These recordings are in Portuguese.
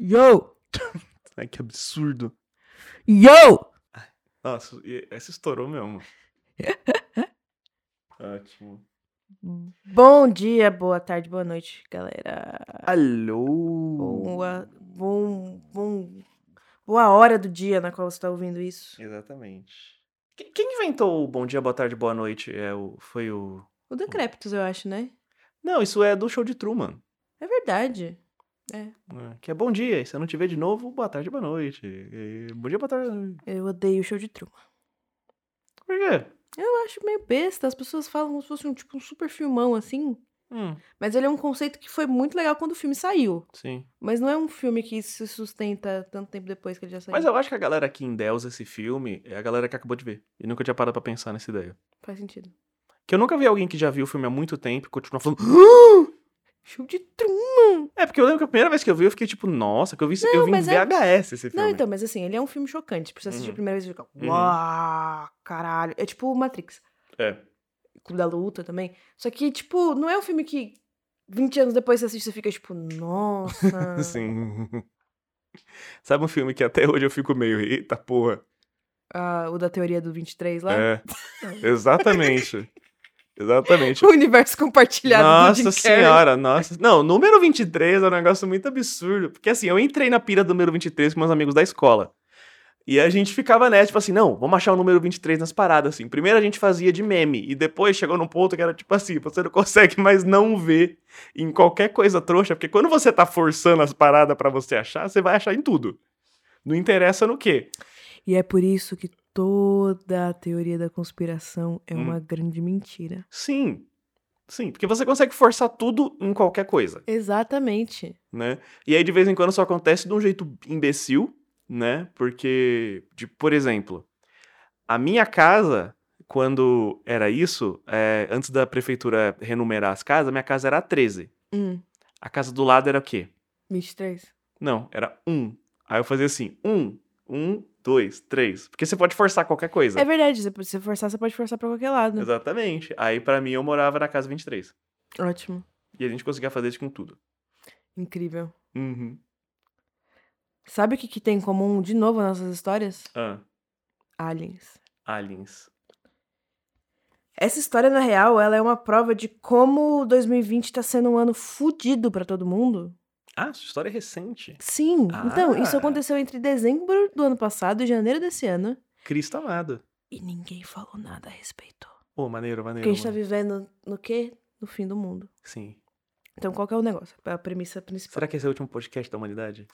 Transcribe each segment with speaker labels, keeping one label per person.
Speaker 1: Yo!
Speaker 2: Ai, que absurdo.
Speaker 1: Yo!
Speaker 2: Nossa, e- essa estourou mesmo. Ótimo.
Speaker 1: Bom dia, boa tarde, boa noite, galera.
Speaker 2: Alô!
Speaker 1: Boa, bom, bom, boa hora do dia na qual você tá ouvindo isso.
Speaker 2: Exatamente. Quem- Quem inventou o bom dia, boa tarde, boa noite? É o, foi o.
Speaker 1: O Decréptos, eu acho, né?
Speaker 2: Não, isso é do show de Truman.
Speaker 1: É verdade.
Speaker 2: né? Que é bom dia. E se eu não te ver de novo, boa tarde, boa noite. E- bom dia, boa tarde. boa noite.
Speaker 1: Eu odeio o show de Truman.
Speaker 2: Por quê?
Speaker 1: Eu acho meio besta, as pessoas falam como se fosse um, tipo, um super filmão, assim.
Speaker 2: Hum,
Speaker 1: Mas ele é um conceito que foi muito legal quando o filme saiu.
Speaker 2: sim.
Speaker 1: Mas não é um filme que se sustenta tanto tempo depois que ele já saiu.
Speaker 2: Mas eu acho que a galera que endeusa esse filme é a galera que acabou de ver. E nunca tinha parado pra pensar nessa ideia.
Speaker 1: Faz sentido.
Speaker 2: Que eu nunca vi alguém que já viu o filme há muito tempo e continua falando.
Speaker 1: Show de Truman!
Speaker 2: É, porque eu lembro que a primeira vez que eu vi, eu fiquei tipo, nossa, que eu vi, isso eu vi em
Speaker 1: mas é-
Speaker 2: VHS esse filme.
Speaker 1: Não, então, mas assim, ele é um filme chocante. Pra você assistir
Speaker 2: Uhum.
Speaker 1: a primeira vez, você fica,
Speaker 2: Uhum.
Speaker 1: uau, caralho. É tipo Matrix,
Speaker 2: É.
Speaker 1: Clube da Luta também. Só que, tipo, não é um filme que 20 anos depois você assiste você fica, tipo, nossa.
Speaker 2: Sim. Sabe um filme que até hoje eu fico meio, eita porra.
Speaker 1: Ah, o da teoria do 23 lá.
Speaker 2: É. Exatamente. Exatamente.
Speaker 1: O universo compartilhado do
Speaker 2: Nossa
Speaker 1: Jim Carrey.
Speaker 2: senhora, nossa. Não, o número 23 é um negócio muito absurdo. Porque assim, eu entrei na pira do número 23 com meus amigos da escola. E a gente ficava nessa, tipo assim, não, vamos achar o número 23 nas paradas, assim. Primeiro a gente fazia de meme, e depois chegou num ponto que era tipo assim, você não consegue mais não ver em qualquer coisa trouxa, porque quando você tá forçando as paradas pra você achar, você vai achar em tudo. Não interessa no quê.
Speaker 1: E é por isso que toda a teoria da conspiração é
Speaker 2: Hum.
Speaker 1: uma grande mentira.
Speaker 2: Sim. Sim, porque você consegue forçar tudo em qualquer coisa.
Speaker 1: Exatamente.
Speaker 2: né? E aí, de vez em quando, só acontece de um jeito imbecil, né? Porque, de, por exemplo, a minha casa, quando era isso, é, antes da prefeitura renumerar as casas, minha casa era a 13.
Speaker 1: Hum,
Speaker 2: A casa do lado era o quê?
Speaker 1: 23.
Speaker 2: Não, era 1. Aí eu fazia assim, 1, 1, 2, 3. Porque você pode forçar qualquer coisa.
Speaker 1: É verdade, se você forçar, você pode forçar pra qualquer lado.
Speaker 2: Exatamente. Aí, pra mim, eu morava na casa 23.
Speaker 1: Ótimo.
Speaker 2: E a gente conseguia fazer isso com tudo.
Speaker 1: Incrível.
Speaker 2: Uhum.
Speaker 1: Sabe o que, que tem em comum, de novo, nossas histórias?
Speaker 2: Ah,
Speaker 1: Aliens.
Speaker 2: aliens.
Speaker 1: Essa história, na real, ela é uma prova de como 2020 tá sendo um ano fudido pra todo mundo.
Speaker 2: Ah, sua história é recente.
Speaker 1: Sim.
Speaker 2: Ah.
Speaker 1: Então, isso aconteceu entre dezembro do ano passado e janeiro desse ano.
Speaker 2: Cristo amado.
Speaker 1: E ninguém falou nada a respeito.
Speaker 2: Pô, maneiro, maneiro.
Speaker 1: Porque a gente tá
Speaker 2: mano.
Speaker 1: vivendo no quê? No fim do mundo.
Speaker 2: Sim.
Speaker 1: Então, qual que é o negócio? A premissa principal.
Speaker 2: Será que esse é o último podcast da humanidade?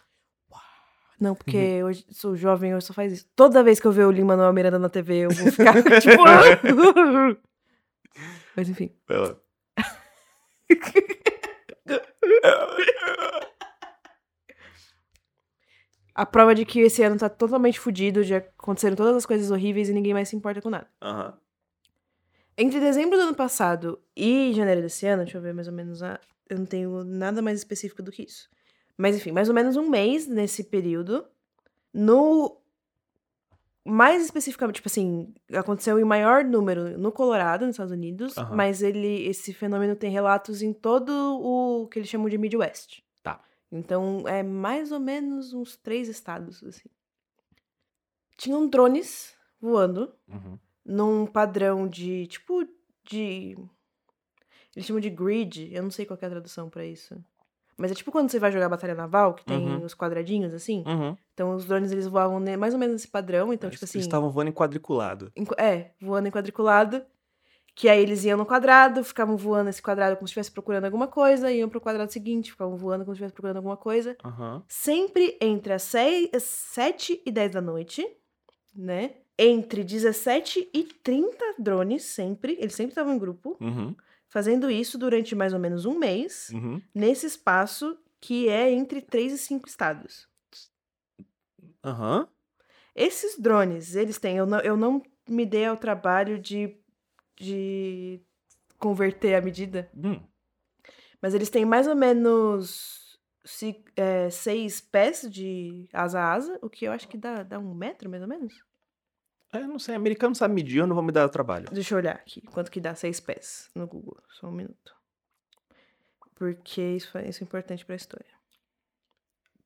Speaker 1: Não, porque hoje sou jovem, hoje só faz isso. Toda vez que eu ver o Lima Manuel Miranda na TV, eu vou ficar tipo. Mas enfim.
Speaker 2: Ela.
Speaker 1: A prova de que esse ano tá totalmente fudido, já aconteceram todas as coisas horríveis e ninguém mais se importa com nada.
Speaker 2: Aham.
Speaker 1: Entre dezembro do ano passado e janeiro desse ano, deixa eu ver mais ou menos. A... Eu não tenho nada mais específico do que isso. Mas enfim, mais ou menos um mês nesse período. No. Mais especificamente, tipo assim, aconteceu em maior número no Colorado, nos Estados Unidos,
Speaker 2: Aham.
Speaker 1: mas ele, esse fenômeno tem relatos em todo o que eles chamam de Midwest.
Speaker 2: Tá.
Speaker 1: Então é mais ou menos uns três estados, assim. Tinham drones voando
Speaker 2: Uhum.
Speaker 1: num padrão de tipo de eles chamam de grid, eu não sei qual que é a tradução pra isso. Mas é tipo quando você vai jogar batalha naval, que tem
Speaker 2: Uhum.
Speaker 1: os quadradinhos assim.
Speaker 2: Uhum.
Speaker 1: Então os drones eles voavam ne- mais ou menos nesse padrão, então tipo assim,
Speaker 2: Eles estavam voando em quadriculado.
Speaker 1: em- é, voando em quadriculado, que aí eles iam no quadrado, ficavam voando esse quadrado como se estivesse procurando alguma coisa, iam pro quadrado seguinte, ficavam voando como se estivesse procurando alguma coisa.
Speaker 2: Aham.
Speaker 1: Sempre entre as 7 e 10 da noite, né? Entre 17 e 30 drones, sempre. Eles sempre estavam em grupo.
Speaker 2: Uhum.
Speaker 1: Fazendo isso durante mais ou menos um mês,
Speaker 2: Uhum.
Speaker 1: nesse espaço que é entre 3 e 5 estados.
Speaker 2: Aham.
Speaker 1: Esses drones, eles têm. Eu não, eu não me dei ao trabalho de, de converter a medida,
Speaker 2: Hum.
Speaker 1: mas eles têm mais ou menos. ci- é, seis pés de asa a asa, o que eu acho que dá, dá um metro, mais ou menos.
Speaker 2: Eu É, não sei, americano sabe medir, eu não vou me dar o trabalho.
Speaker 1: Deixa eu olhar aqui quanto que dá seis pés no Google. Só um minuto. Porque isso, é- isso é importante pra história.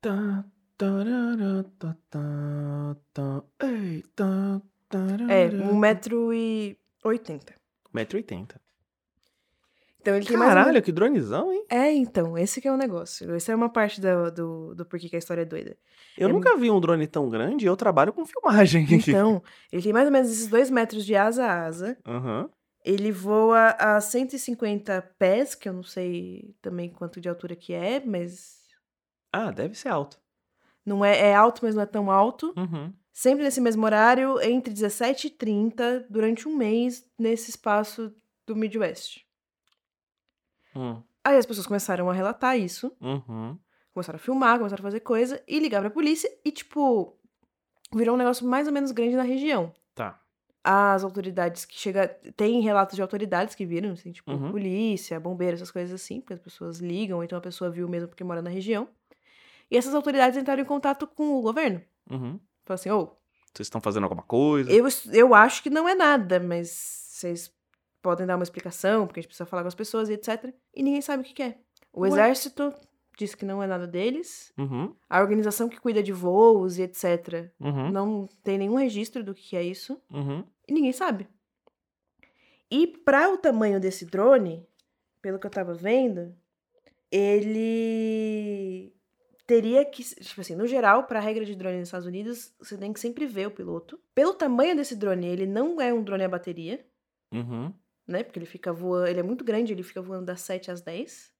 Speaker 2: Tá, tarará, tá, tá, tá, ei, tá, tarará.
Speaker 1: É, 1,80m.
Speaker 2: 1,80m.
Speaker 1: Então ele tem mais. um-
Speaker 2: Caralho, que dronezão, hein?
Speaker 1: É, então, esse que é o negócio. Essa é uma parte da- do, do porquê que a história é doida.
Speaker 2: Eu
Speaker 1: É
Speaker 2: nunca vi um drone tão grande e eu trabalho com filmagem aqui.
Speaker 1: Então, ele tem mais ou menos esses dois metros de asa a asa.
Speaker 2: Aham.
Speaker 1: Ele voa a 150 pés, que eu não sei também quanto de altura que é, mas
Speaker 2: Ah, deve ser alto.
Speaker 1: não é, é alto, mas não é tão alto.
Speaker 2: Uhum.
Speaker 1: Sempre nesse mesmo horário, entre 17 e 30, durante um mês, nesse espaço do Midwest.
Speaker 2: Hum,
Speaker 1: Aí as pessoas começaram a relatar isso,
Speaker 2: Uhum.
Speaker 1: começaram a filmar, começaram a fazer coisa, e ligar pra polícia, e tipo, virou um negócio mais ou menos grande na região.
Speaker 2: Tá.
Speaker 1: as autoridades que chega tem relatos de autoridades que viram assim, tipo
Speaker 2: Uhum.
Speaker 1: polícia bombeiros essas coisas assim porque as pessoas ligam ou então a pessoa viu mesmo porque mora na região e essas autoridades entraram em contato com o governo
Speaker 2: Uhum.
Speaker 1: falaram assim ô,
Speaker 2: Vocês estão fazendo alguma coisa?
Speaker 1: eu eu acho que não é nada mas vocês podem dar uma explicação porque a gente precisa falar com as pessoas e etc e ninguém sabe o que, que é o
Speaker 2: Ué.
Speaker 1: exército diz que não é nada deles
Speaker 2: Uhum.
Speaker 1: a organização que cuida de voos e etc
Speaker 2: Uhum.
Speaker 1: não tem nenhum registro do que que é isso
Speaker 2: Uhum.
Speaker 1: e ninguém sabe. E para o tamanho desse drone, pelo que eu tava vendo, ele teria que, tipo assim, no geral, para a regra de drone nos Estados Unidos, você tem que sempre ver o piloto. Pelo tamanho desse drone, ele não é um drone a bateria,
Speaker 2: Uhum.
Speaker 1: né? Porque ele fica voando, ele é muito grande, ele fica voando das 7 às 10.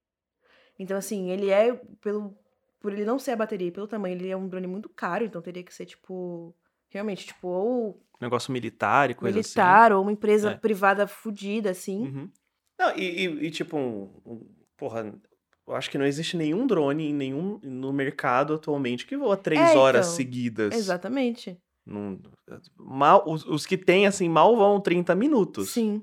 Speaker 1: Então assim, ele é pelo por ele não ser a bateria, e pelo tamanho, ele é um drone muito caro, então teria que ser tipo realmente tipo ou
Speaker 2: Negócio militar e coisa assim.
Speaker 1: militar ou uma empresa
Speaker 2: É.
Speaker 1: privada fudida, assim.
Speaker 2: Uhum. Não, e, e- e, tipo, um, um- porra, eu acho que não existe nenhum drone em nenhum, no mercado atualmente que voa três
Speaker 1: É,
Speaker 2: horas
Speaker 1: então.
Speaker 2: seguidas.
Speaker 1: Exatamente.
Speaker 2: Num- mal, os, os que tem, assim, mal vão 30 minutos.
Speaker 1: Sim.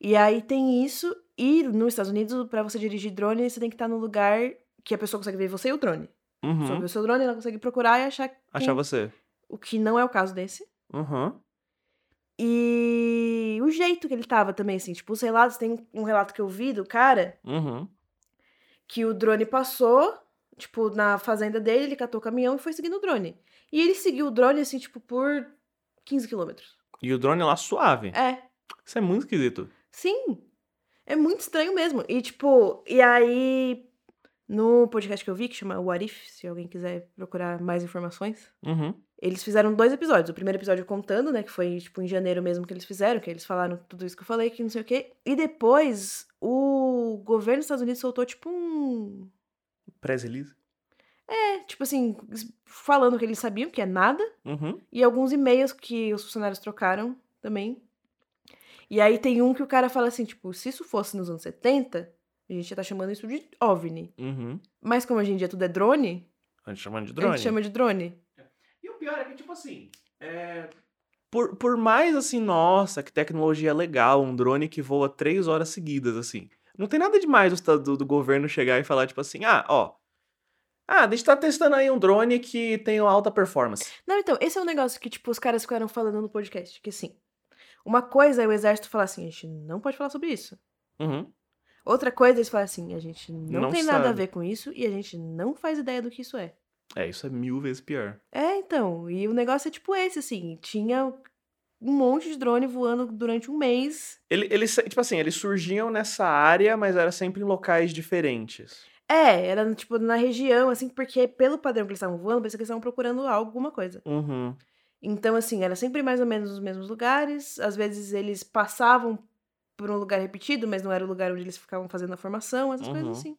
Speaker 1: E aí tem isso. E nos Estados Unidos, pra você dirigir drone, você tem que estar num lugar que a pessoa consegue ver você e o drone.
Speaker 2: Uhum.
Speaker 1: Só vê o seu drone, ela consegue procurar e achar
Speaker 2: Achar você.
Speaker 1: o que não é o caso desse.
Speaker 2: Uhum.
Speaker 1: E o jeito que ele tava também, assim, tipo, os relatos, tem um relato que eu vi do cara
Speaker 2: Uhum.
Speaker 1: que o drone passou, tipo, na fazenda dele, ele catou o caminhão e foi seguindo o drone. E ele seguiu o drone, assim, tipo, por 15 quilômetros.
Speaker 2: E o drone lá suave.
Speaker 1: É,
Speaker 2: Isso é muito esquisito.
Speaker 1: Sim. É muito estranho mesmo. E tipo, e aí no podcast que eu vi que chama What If, se alguém quiser procurar mais informações,
Speaker 2: Uhum.
Speaker 1: eles fizeram dois episódios. O primeiro episódio contando, né, que foi tipo em janeiro mesmo que eles fizeram, que eles falaram tudo isso que eu falei, que não sei o quê. E depois o governo dos Estados Unidos soltou tipo um,
Speaker 2: Press release.
Speaker 1: é, tipo assim, es- falando que eles sabiam que é nada
Speaker 2: Uhum.
Speaker 1: e alguns e-mails que os funcionários trocaram também. E aí tem um que o cara fala assim, tipo, se isso fosse nos anos 70, a gente ia tá chamando isso de OVNI.
Speaker 2: Uhum.
Speaker 1: Mas como hoje em dia tudo é drone,
Speaker 2: A gente chamando de drone.
Speaker 1: a gente chama de drone.
Speaker 2: E o pior é que, tipo assim, é... por, por mais assim, nossa, que tecnologia legal, um drone que voa três horas seguidas, assim. Não tem nada demais do, esta- do, do governo chegar e falar, tipo assim, ah, ó. Ah, deixa eu estar testando aí um drone que tem uma alta performance.
Speaker 1: Não, então, esse é um negócio que, tipo, os caras ficaram falando no podcast, que assim, uma coisa é o exército falar assim, a gente não pode falar sobre isso.
Speaker 2: Uhum.
Speaker 1: Outra coisa, eles falam assim, a gente não,
Speaker 2: Não
Speaker 1: tem nada a
Speaker 2: sabe.
Speaker 1: ver com isso e a gente não faz ideia do que isso é.
Speaker 2: É, isso é mil vezes pior.
Speaker 1: É, então, e o negócio é tipo esse, assim, tinha um monte de drone voando durante um mês.
Speaker 2: Ele, ele, se- tipo assim, eles surgiam nessa área, mas era sempre em locais diferentes.
Speaker 1: É, era tipo na região, assim, porque pelo padrão que eles estavam voando, pensei que eles estavam procurando alguma coisa.
Speaker 2: Uhum.
Speaker 1: Então, assim, era sempre mais ou menos nos mesmos lugares. Às vezes eles passavam por um lugar repetido, mas não era o lugar onde eles ficavam fazendo a formação, essas
Speaker 2: Uhum.
Speaker 1: coisas assim.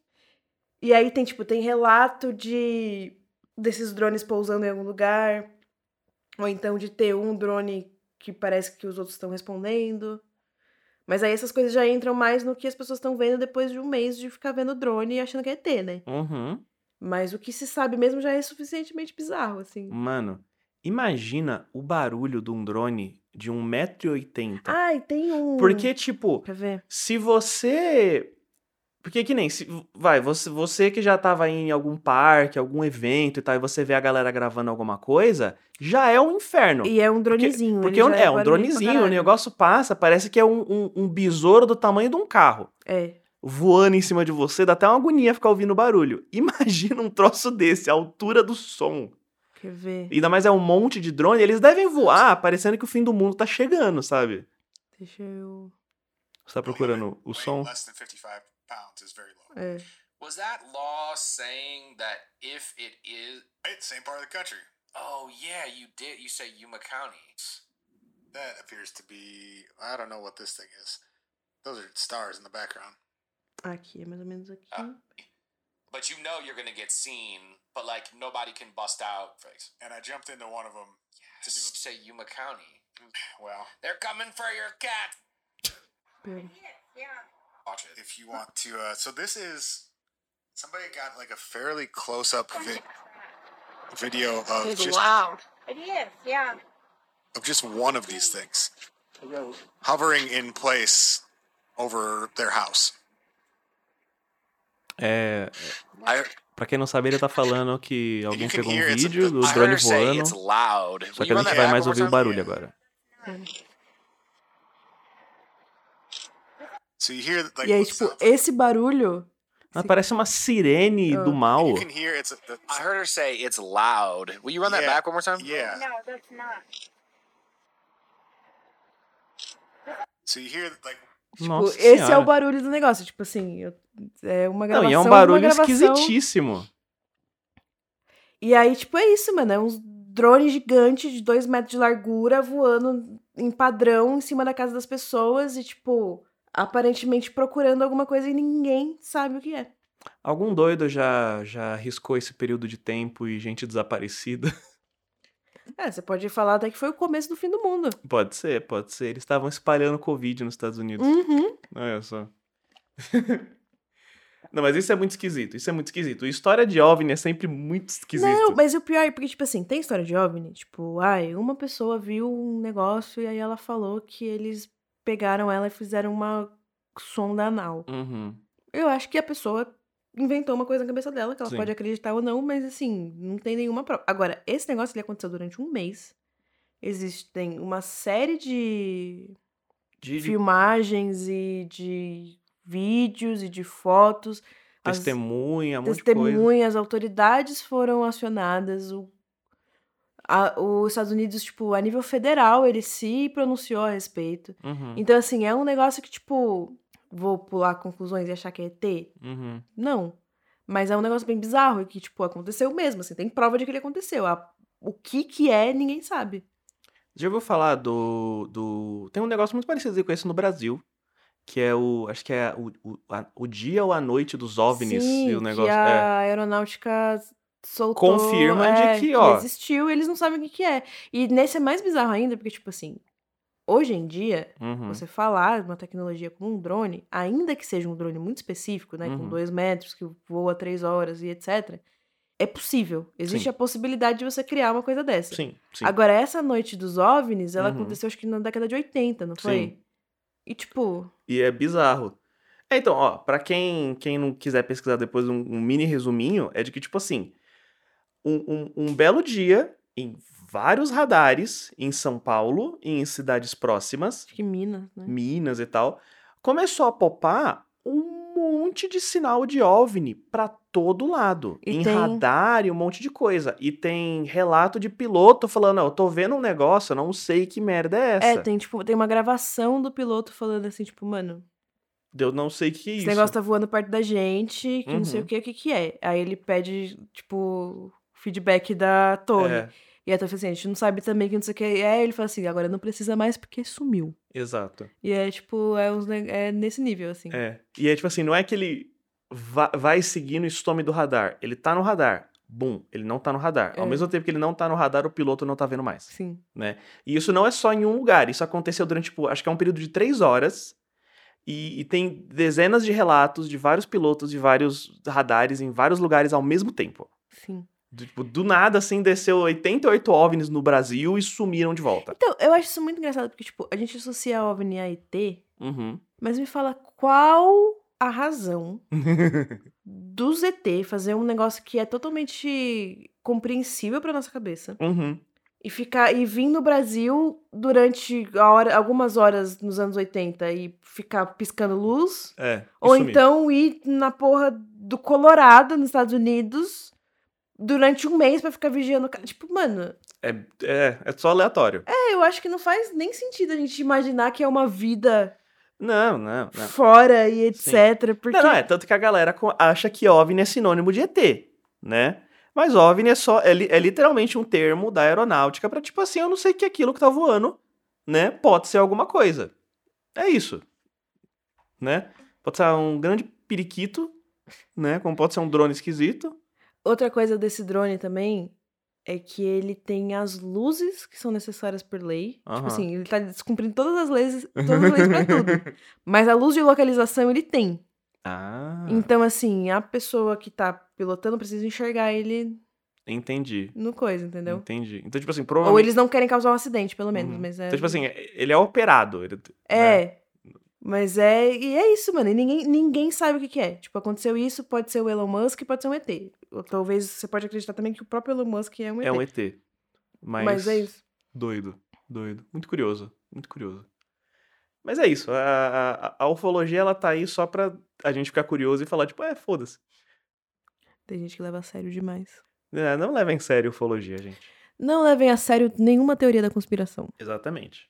Speaker 1: E aí tem, tipo, tem relato de desses drones pousando em algum lugar, ou então de ter um drone que parece que os outros estão respondendo. Mas aí essas coisas já entram mais no que as pessoas estão vendo depois de um mês de ficar vendo drone e achando que é ET, né?
Speaker 2: Uhum.
Speaker 1: Mas o que se sabe mesmo já é suficientemente bizarro, assim.
Speaker 2: Mano, imagina o barulho de um drone de 1,80m.
Speaker 1: Ai, tem um.
Speaker 2: Porque, tipo,
Speaker 1: Quer ver?
Speaker 2: se você. Porque que nem. Se, vai, você, você que já tava em algum parque, algum evento e tal, e você vê a galera gravando alguma coisa, já é um inferno.
Speaker 1: E é um dronezinho.
Speaker 2: Porque
Speaker 1: ele
Speaker 2: é um-
Speaker 1: já
Speaker 2: é
Speaker 1: barulhento
Speaker 2: um
Speaker 1: pra
Speaker 2: dronezinho, o
Speaker 1: caralho.
Speaker 2: negócio passa, parece que é um, um, um besouro do tamanho de um carro.
Speaker 1: É.
Speaker 2: voando em cima de você, dá até uma agonia ficar ouvindo o barulho. Imagina um troço desse, a altura do som.
Speaker 1: Quer ver?
Speaker 2: Ainda mais é um monte de drone, eles devem voar, parecendo que o fim do mundo tá chegando, sabe?
Speaker 1: Deixa eu.
Speaker 2: Você tá procurando o
Speaker 3: Weight
Speaker 2: som?
Speaker 3: Less than 55 pounds is very low.
Speaker 1: É.
Speaker 4: Was that law saying that if it is.
Speaker 3: Right? Same part of the country.
Speaker 4: Oh, yeah, you did. You said Yuma County.
Speaker 3: That appears to be. I don't know what this thing is. Those are stars in the background.
Speaker 1: Aqui, é mais ou menos aqui.
Speaker 4: Ah. But you know you're going to get seen, but like nobody can bust out. Thanks.
Speaker 3: And I jumped into one of them.
Speaker 4: Just say Yuma County.
Speaker 3: Mm, Well,
Speaker 4: They're coming for your cat.
Speaker 1: Pera.
Speaker 4: Watch it.
Speaker 3: if you want to. Uh, so this is. Somebody got like a fairly close up vi- video of just,
Speaker 5: loud. It is, yeah.
Speaker 3: of just one of these things hovering in place over their house.
Speaker 2: É.
Speaker 3: I,
Speaker 2: Pra quem não sabe, ele tá falando que alguém
Speaker 3: You can
Speaker 2: pegou um
Speaker 3: hear it's-
Speaker 2: vídeo do
Speaker 3: I heard
Speaker 2: drone
Speaker 4: her say
Speaker 2: voando.
Speaker 4: it's loud.
Speaker 2: Só que
Speaker 4: Will you
Speaker 2: a gente
Speaker 4: run that
Speaker 2: vai
Speaker 4: back
Speaker 2: mais
Speaker 4: one
Speaker 2: ouvir o
Speaker 4: more time?
Speaker 2: barulho agora.
Speaker 3: so you hear like
Speaker 1: E aí,
Speaker 3: what
Speaker 1: tipo,
Speaker 3: sounds-
Speaker 1: esse barulho. tipo,
Speaker 2: Ah, parece uma sirene
Speaker 1: Ah.
Speaker 2: do mal.
Speaker 3: you can hear it's. A,
Speaker 4: I heard her say it's loud. Will you run that
Speaker 3: Yeah.
Speaker 4: back one more time?
Speaker 3: yeah.
Speaker 5: No, that's not.
Speaker 3: So you hear like
Speaker 1: Tipo,
Speaker 2: Nossa
Speaker 1: esse é
Speaker 2: Senhora.
Speaker 1: o barulho do negócio. Tipo assim, eu- é uma
Speaker 2: Não,
Speaker 1: gravação.
Speaker 2: e é um
Speaker 1: uma
Speaker 2: barulho
Speaker 1: gravação.
Speaker 2: esquisitíssimo.
Speaker 1: E aí, tipo, é isso, mano. É uns drones gigantes de dois metros de largura voando em padrão em cima da casa das pessoas e, tipo, aparentemente procurando alguma coisa e ninguém sabe o que é.
Speaker 2: Algum doido já, já arriscou esse período de tempo e gente desaparecida?
Speaker 1: É, você pode falar até que foi o começo do fim do mundo.
Speaker 2: Pode ser, pode ser. Eles estavam espalhando Covid nos Estados Unidos.
Speaker 1: Uhum.
Speaker 2: Olha só. Não, mas isso é muito esquisito. Isso é muito esquisito. História de OVNI é sempre muito esquisito.
Speaker 1: Não, mas o pior é porque, tipo assim, tem história de OVNI? Tipo, ai, uma pessoa viu um negócio e aí ela falou que eles pegaram ela e fizeram uma sonda anal.
Speaker 2: Uhum.
Speaker 1: Eu acho que a pessoa inventou uma coisa na cabeça dela, que ela
Speaker 2: Sim.
Speaker 1: pode acreditar ou não, mas assim, não tem nenhuma prova. Agora, esse negócio ele aconteceu durante um mês. Existem uma série de
Speaker 2: De, de
Speaker 1: filmagens e de vídeos e de fotos. As
Speaker 2: testemunha, um monte de coisa.
Speaker 1: testemunhas, autoridades foram acionadas. O, a- os Estados Unidos, tipo, a nível federal, ele se pronunciou a respeito.
Speaker 2: Uhum,
Speaker 1: Então, assim, é um negócio que, tipo, vou pular conclusões e achar que é ET?
Speaker 2: uhum.
Speaker 1: Não. Mas é um negócio bem bizarro e que, tipo, aconteceu mesmo, assim, tem prova de que ele aconteceu. A- o que que é, ninguém sabe.
Speaker 2: Já ouviu falar do, do. Tem um negócio muito parecido com esse no Brasil. Que é o. Acho que é o, o, a- o dia ou a noite dos OVNIs
Speaker 1: Sim,
Speaker 2: e o negócio.
Speaker 1: que
Speaker 2: é.
Speaker 1: a aeronáutica soltou...
Speaker 2: Confirma de
Speaker 1: é,
Speaker 2: que, ó.
Speaker 1: existiu e eles não sabem o que que é. E nesse é mais bizarro ainda, porque, tipo assim, hoje em dia,
Speaker 2: Uhum,
Speaker 1: você falar de uma tecnologia como um drone, ainda que seja um drone muito específico, né,
Speaker 2: Uhum.
Speaker 1: com dois metros, que voa três horas e etc., é possível. Existe
Speaker 2: Sim.
Speaker 1: a possibilidade de você criar uma coisa dessa.
Speaker 2: Sim, sim.
Speaker 1: Agora, essa noite dos OVNIs, ela
Speaker 2: Uhum.
Speaker 1: aconteceu acho que na década de 80, não foi?
Speaker 2: Sim.
Speaker 1: E tipo,
Speaker 2: E é bizarro. É, então, ó, pra quem, quem não quiser pesquisar depois um, um mini resuminho, é de que, tipo assim, um, um, um belo dia, em vários radares, em São Paulo e em cidades próximas,
Speaker 1: acho que Minas, né?
Speaker 2: Minas e tal, começou a popar um monte de sinal de OVNI pra todo lado.
Speaker 1: E
Speaker 2: em
Speaker 1: tem-
Speaker 2: radar e um monte de coisa. E tem relato de piloto falando, "Não, eu tô vendo um negócio, eu não sei que merda é essa.
Speaker 1: É, tem tipo, tem uma gravação do piloto falando assim, tipo, mano,
Speaker 2: Eu não sei que
Speaker 1: esse
Speaker 2: isso.
Speaker 1: negócio tá voando perto da gente, que não sei
Speaker 2: Uhum.
Speaker 1: o que, o que que é. Aí ele pede, tipo, feedback da torre.
Speaker 2: É,
Speaker 1: E aí tá falando assim, a gente não sabe também que não sei o que é. Ele fala assim, agora não precisa mais porque sumiu.
Speaker 2: exato.
Speaker 1: E é tipo, é, uns, ne- é nesse nível, assim.
Speaker 2: É. E é tipo assim, não é que ele va- vai seguindo e some do radar. Ele tá no radar. Bum, ele não tá no radar. Ao
Speaker 1: É.
Speaker 2: mesmo tempo que ele não tá no radar, o piloto não tá vendo mais.
Speaker 1: Sim.
Speaker 2: E isso não é só em um lugar. Isso aconteceu durante, tipo, acho que é um período de três horas. E, e tem dezenas de relatos de vários pilotos, de vários radares, em vários lugares ao mesmo tempo.
Speaker 1: Sim.
Speaker 2: Do, tipo, do nada, assim, desceu 88 OVNIs no Brasil e sumiram de volta.
Speaker 1: Então, eu acho isso muito engraçado, porque, tipo, a gente associa a OVNI a ET,
Speaker 2: Uhum.
Speaker 1: Mas me fala qual a razão do ZT fazer um negócio que é totalmente compreensível pra nossa cabeça
Speaker 2: Uhum.
Speaker 1: e ficar e vir no Brasil durante a hora- algumas horas nos anos 80 e ficar piscando luz,
Speaker 2: É. e
Speaker 1: ou
Speaker 2: sumir.
Speaker 1: então ir na porra do Colorado, nos Estados Unidos, durante um mês pra ficar vigiando. o ca- Tipo, mano,
Speaker 2: É, é, é só aleatório.
Speaker 1: é, eu acho que não faz nem sentido a gente imaginar que é uma vida
Speaker 2: Não, não, não.
Speaker 1: fora e etc. Porque
Speaker 2: Não, não, é tanto que a galera co- acha que OVNI é sinônimo de ET, né? Mas OVNI é só é, li- é literalmente um termo da aeronáutica pra tipo assim, eu não sei que aquilo que tá voando, né, pode ser alguma coisa. É isso. Né? Pode ser um grande periquito, né, como pode ser um drone esquisito.
Speaker 1: Outra coisa desse drone também é que ele tem as luzes que são necessárias por lei.
Speaker 2: Aham.
Speaker 1: Tipo assim, ele tá descumprindo todas as leis, todas as leis pra tudo. Mas a luz de localização ele tem.
Speaker 2: Ah,
Speaker 1: Então, assim, a pessoa que tá pilotando precisa enxergar ele
Speaker 2: entendi.
Speaker 1: no coisa, entendeu?
Speaker 2: Entendi. Então tipo assim,
Speaker 1: Ou
Speaker 2: provavelmente
Speaker 1: eles não querem causar um acidente, pelo menos.
Speaker 2: Uhum.
Speaker 1: Mas é.
Speaker 2: Então tipo assim, ele é operado, ele-
Speaker 1: É.
Speaker 2: né?
Speaker 1: Mas é. E é isso, mano. E ninguém, ninguém sabe o que, que é. Tipo, aconteceu isso, pode ser o Elon Musk, pode ser um ET. Ou talvez você pode acreditar também que o próprio Elon Musk é um ET.
Speaker 2: É um ET. Mas,
Speaker 1: Mas é isso.
Speaker 2: Doido, doido. Muito curioso, muito curioso. Mas é isso, a, a, a ufologia ela tá aí só pra a gente ficar curioso e falar, tipo, é, foda-se.
Speaker 1: Tem gente que leva a sério demais.
Speaker 2: É, Não leva em sério a ufologia, gente.
Speaker 1: Não levem a sério nenhuma teoria da conspiração,
Speaker 2: Exatamente.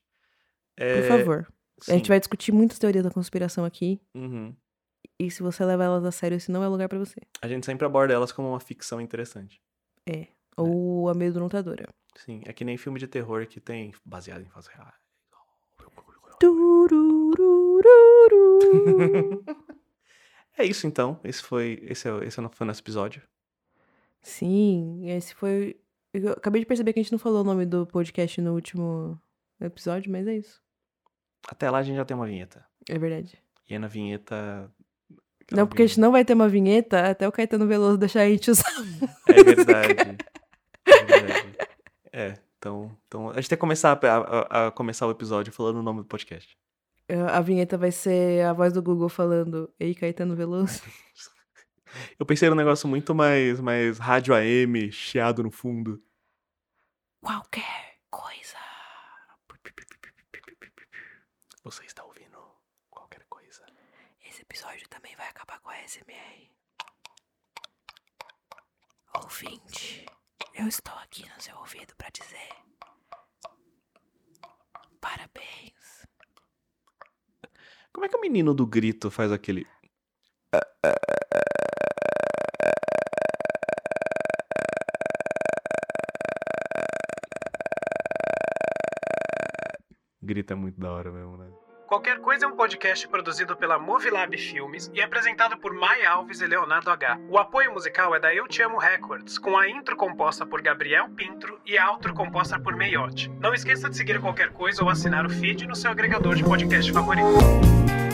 Speaker 2: É,
Speaker 1: por favor. A gente vai discutir muitas teorias da conspiração aqui. E se você leva elas a sério, esse não é lugar pra você.
Speaker 2: uhum. A gente sempre aborda elas como uma ficção interessante.
Speaker 1: É. Ou amedrontadora.
Speaker 2: Sim, é que nem filme de terror que tem baseado em fatos reais.
Speaker 1: Tururururu.
Speaker 2: É isso então, esse foi esse, é, o- esse é o- foi o nosso episódio.
Speaker 1: Sim, esse foi. Eu acabei de perceber que a gente não falou o nome do podcast no último episódio, mas é isso.
Speaker 2: Até lá a gente já tem uma vinheta.
Speaker 1: É verdade.
Speaker 2: E é na vinheta.
Speaker 1: Não, porque a gente não vai ter uma vinheta até o Caetano Veloso deixar a gente usar.
Speaker 2: É verdade. É verdade. É, então, então a gente tem que começar a, a- a começar o episódio falando o nome do podcast.
Speaker 1: A vinheta vai ser a voz do Google falando: Ei, Caetano Veloso.
Speaker 2: Eu pensei num negócio muito mais, mais rádio AM, chiado no fundo.
Speaker 1: Qualquer coisa.
Speaker 2: Você está ouvindo qualquer coisa.
Speaker 1: Esse episódio também vai acabar com a SMR. Ouvinte, eu estou aqui no seu ouvido para dizer. Parabéns.
Speaker 2: Como é que o menino do grito faz aquele. Grito é muito da hora mesmo, né?
Speaker 6: Qualquer Coisa é um podcast produzido pela Movilab Filmes e apresentado por Mai Alves e Leonardo H. O apoio musical é da Eu Te Amo Records, com a intro composta por Gabriel Pintro e a outro composta por Meiote. Não esqueça de seguir Qualquer Coisa ou assinar o feed no seu agregador de podcast favorito.